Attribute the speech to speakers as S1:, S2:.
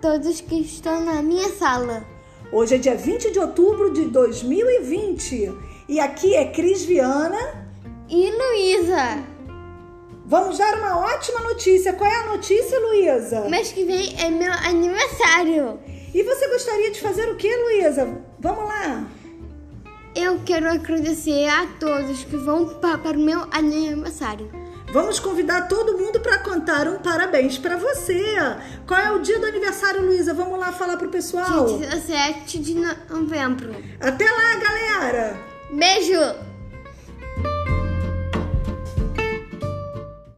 S1: todos que estão na minha sala.
S2: Hoje é dia 20 de outubro de 2020 e aqui é Cris Viana.
S1: E Luísa,
S2: Vamos dar uma ótima notícia. Qual é a notícia, Luísa?
S1: mês que vem é meu aniversário.
S2: E você gostaria de fazer o que, Luísa? Vamos lá.
S1: Eu quero agradecer a todos que vão pa- para o meu aniversário.
S2: Vamos convidar todo mundo para cantar um parabéns para você. Qual é o dia do aniversário, Luísa? Vamos lá falar pro pessoal.
S1: Dia 17 de novembro.
S2: Até lá, galera.
S1: Beijo!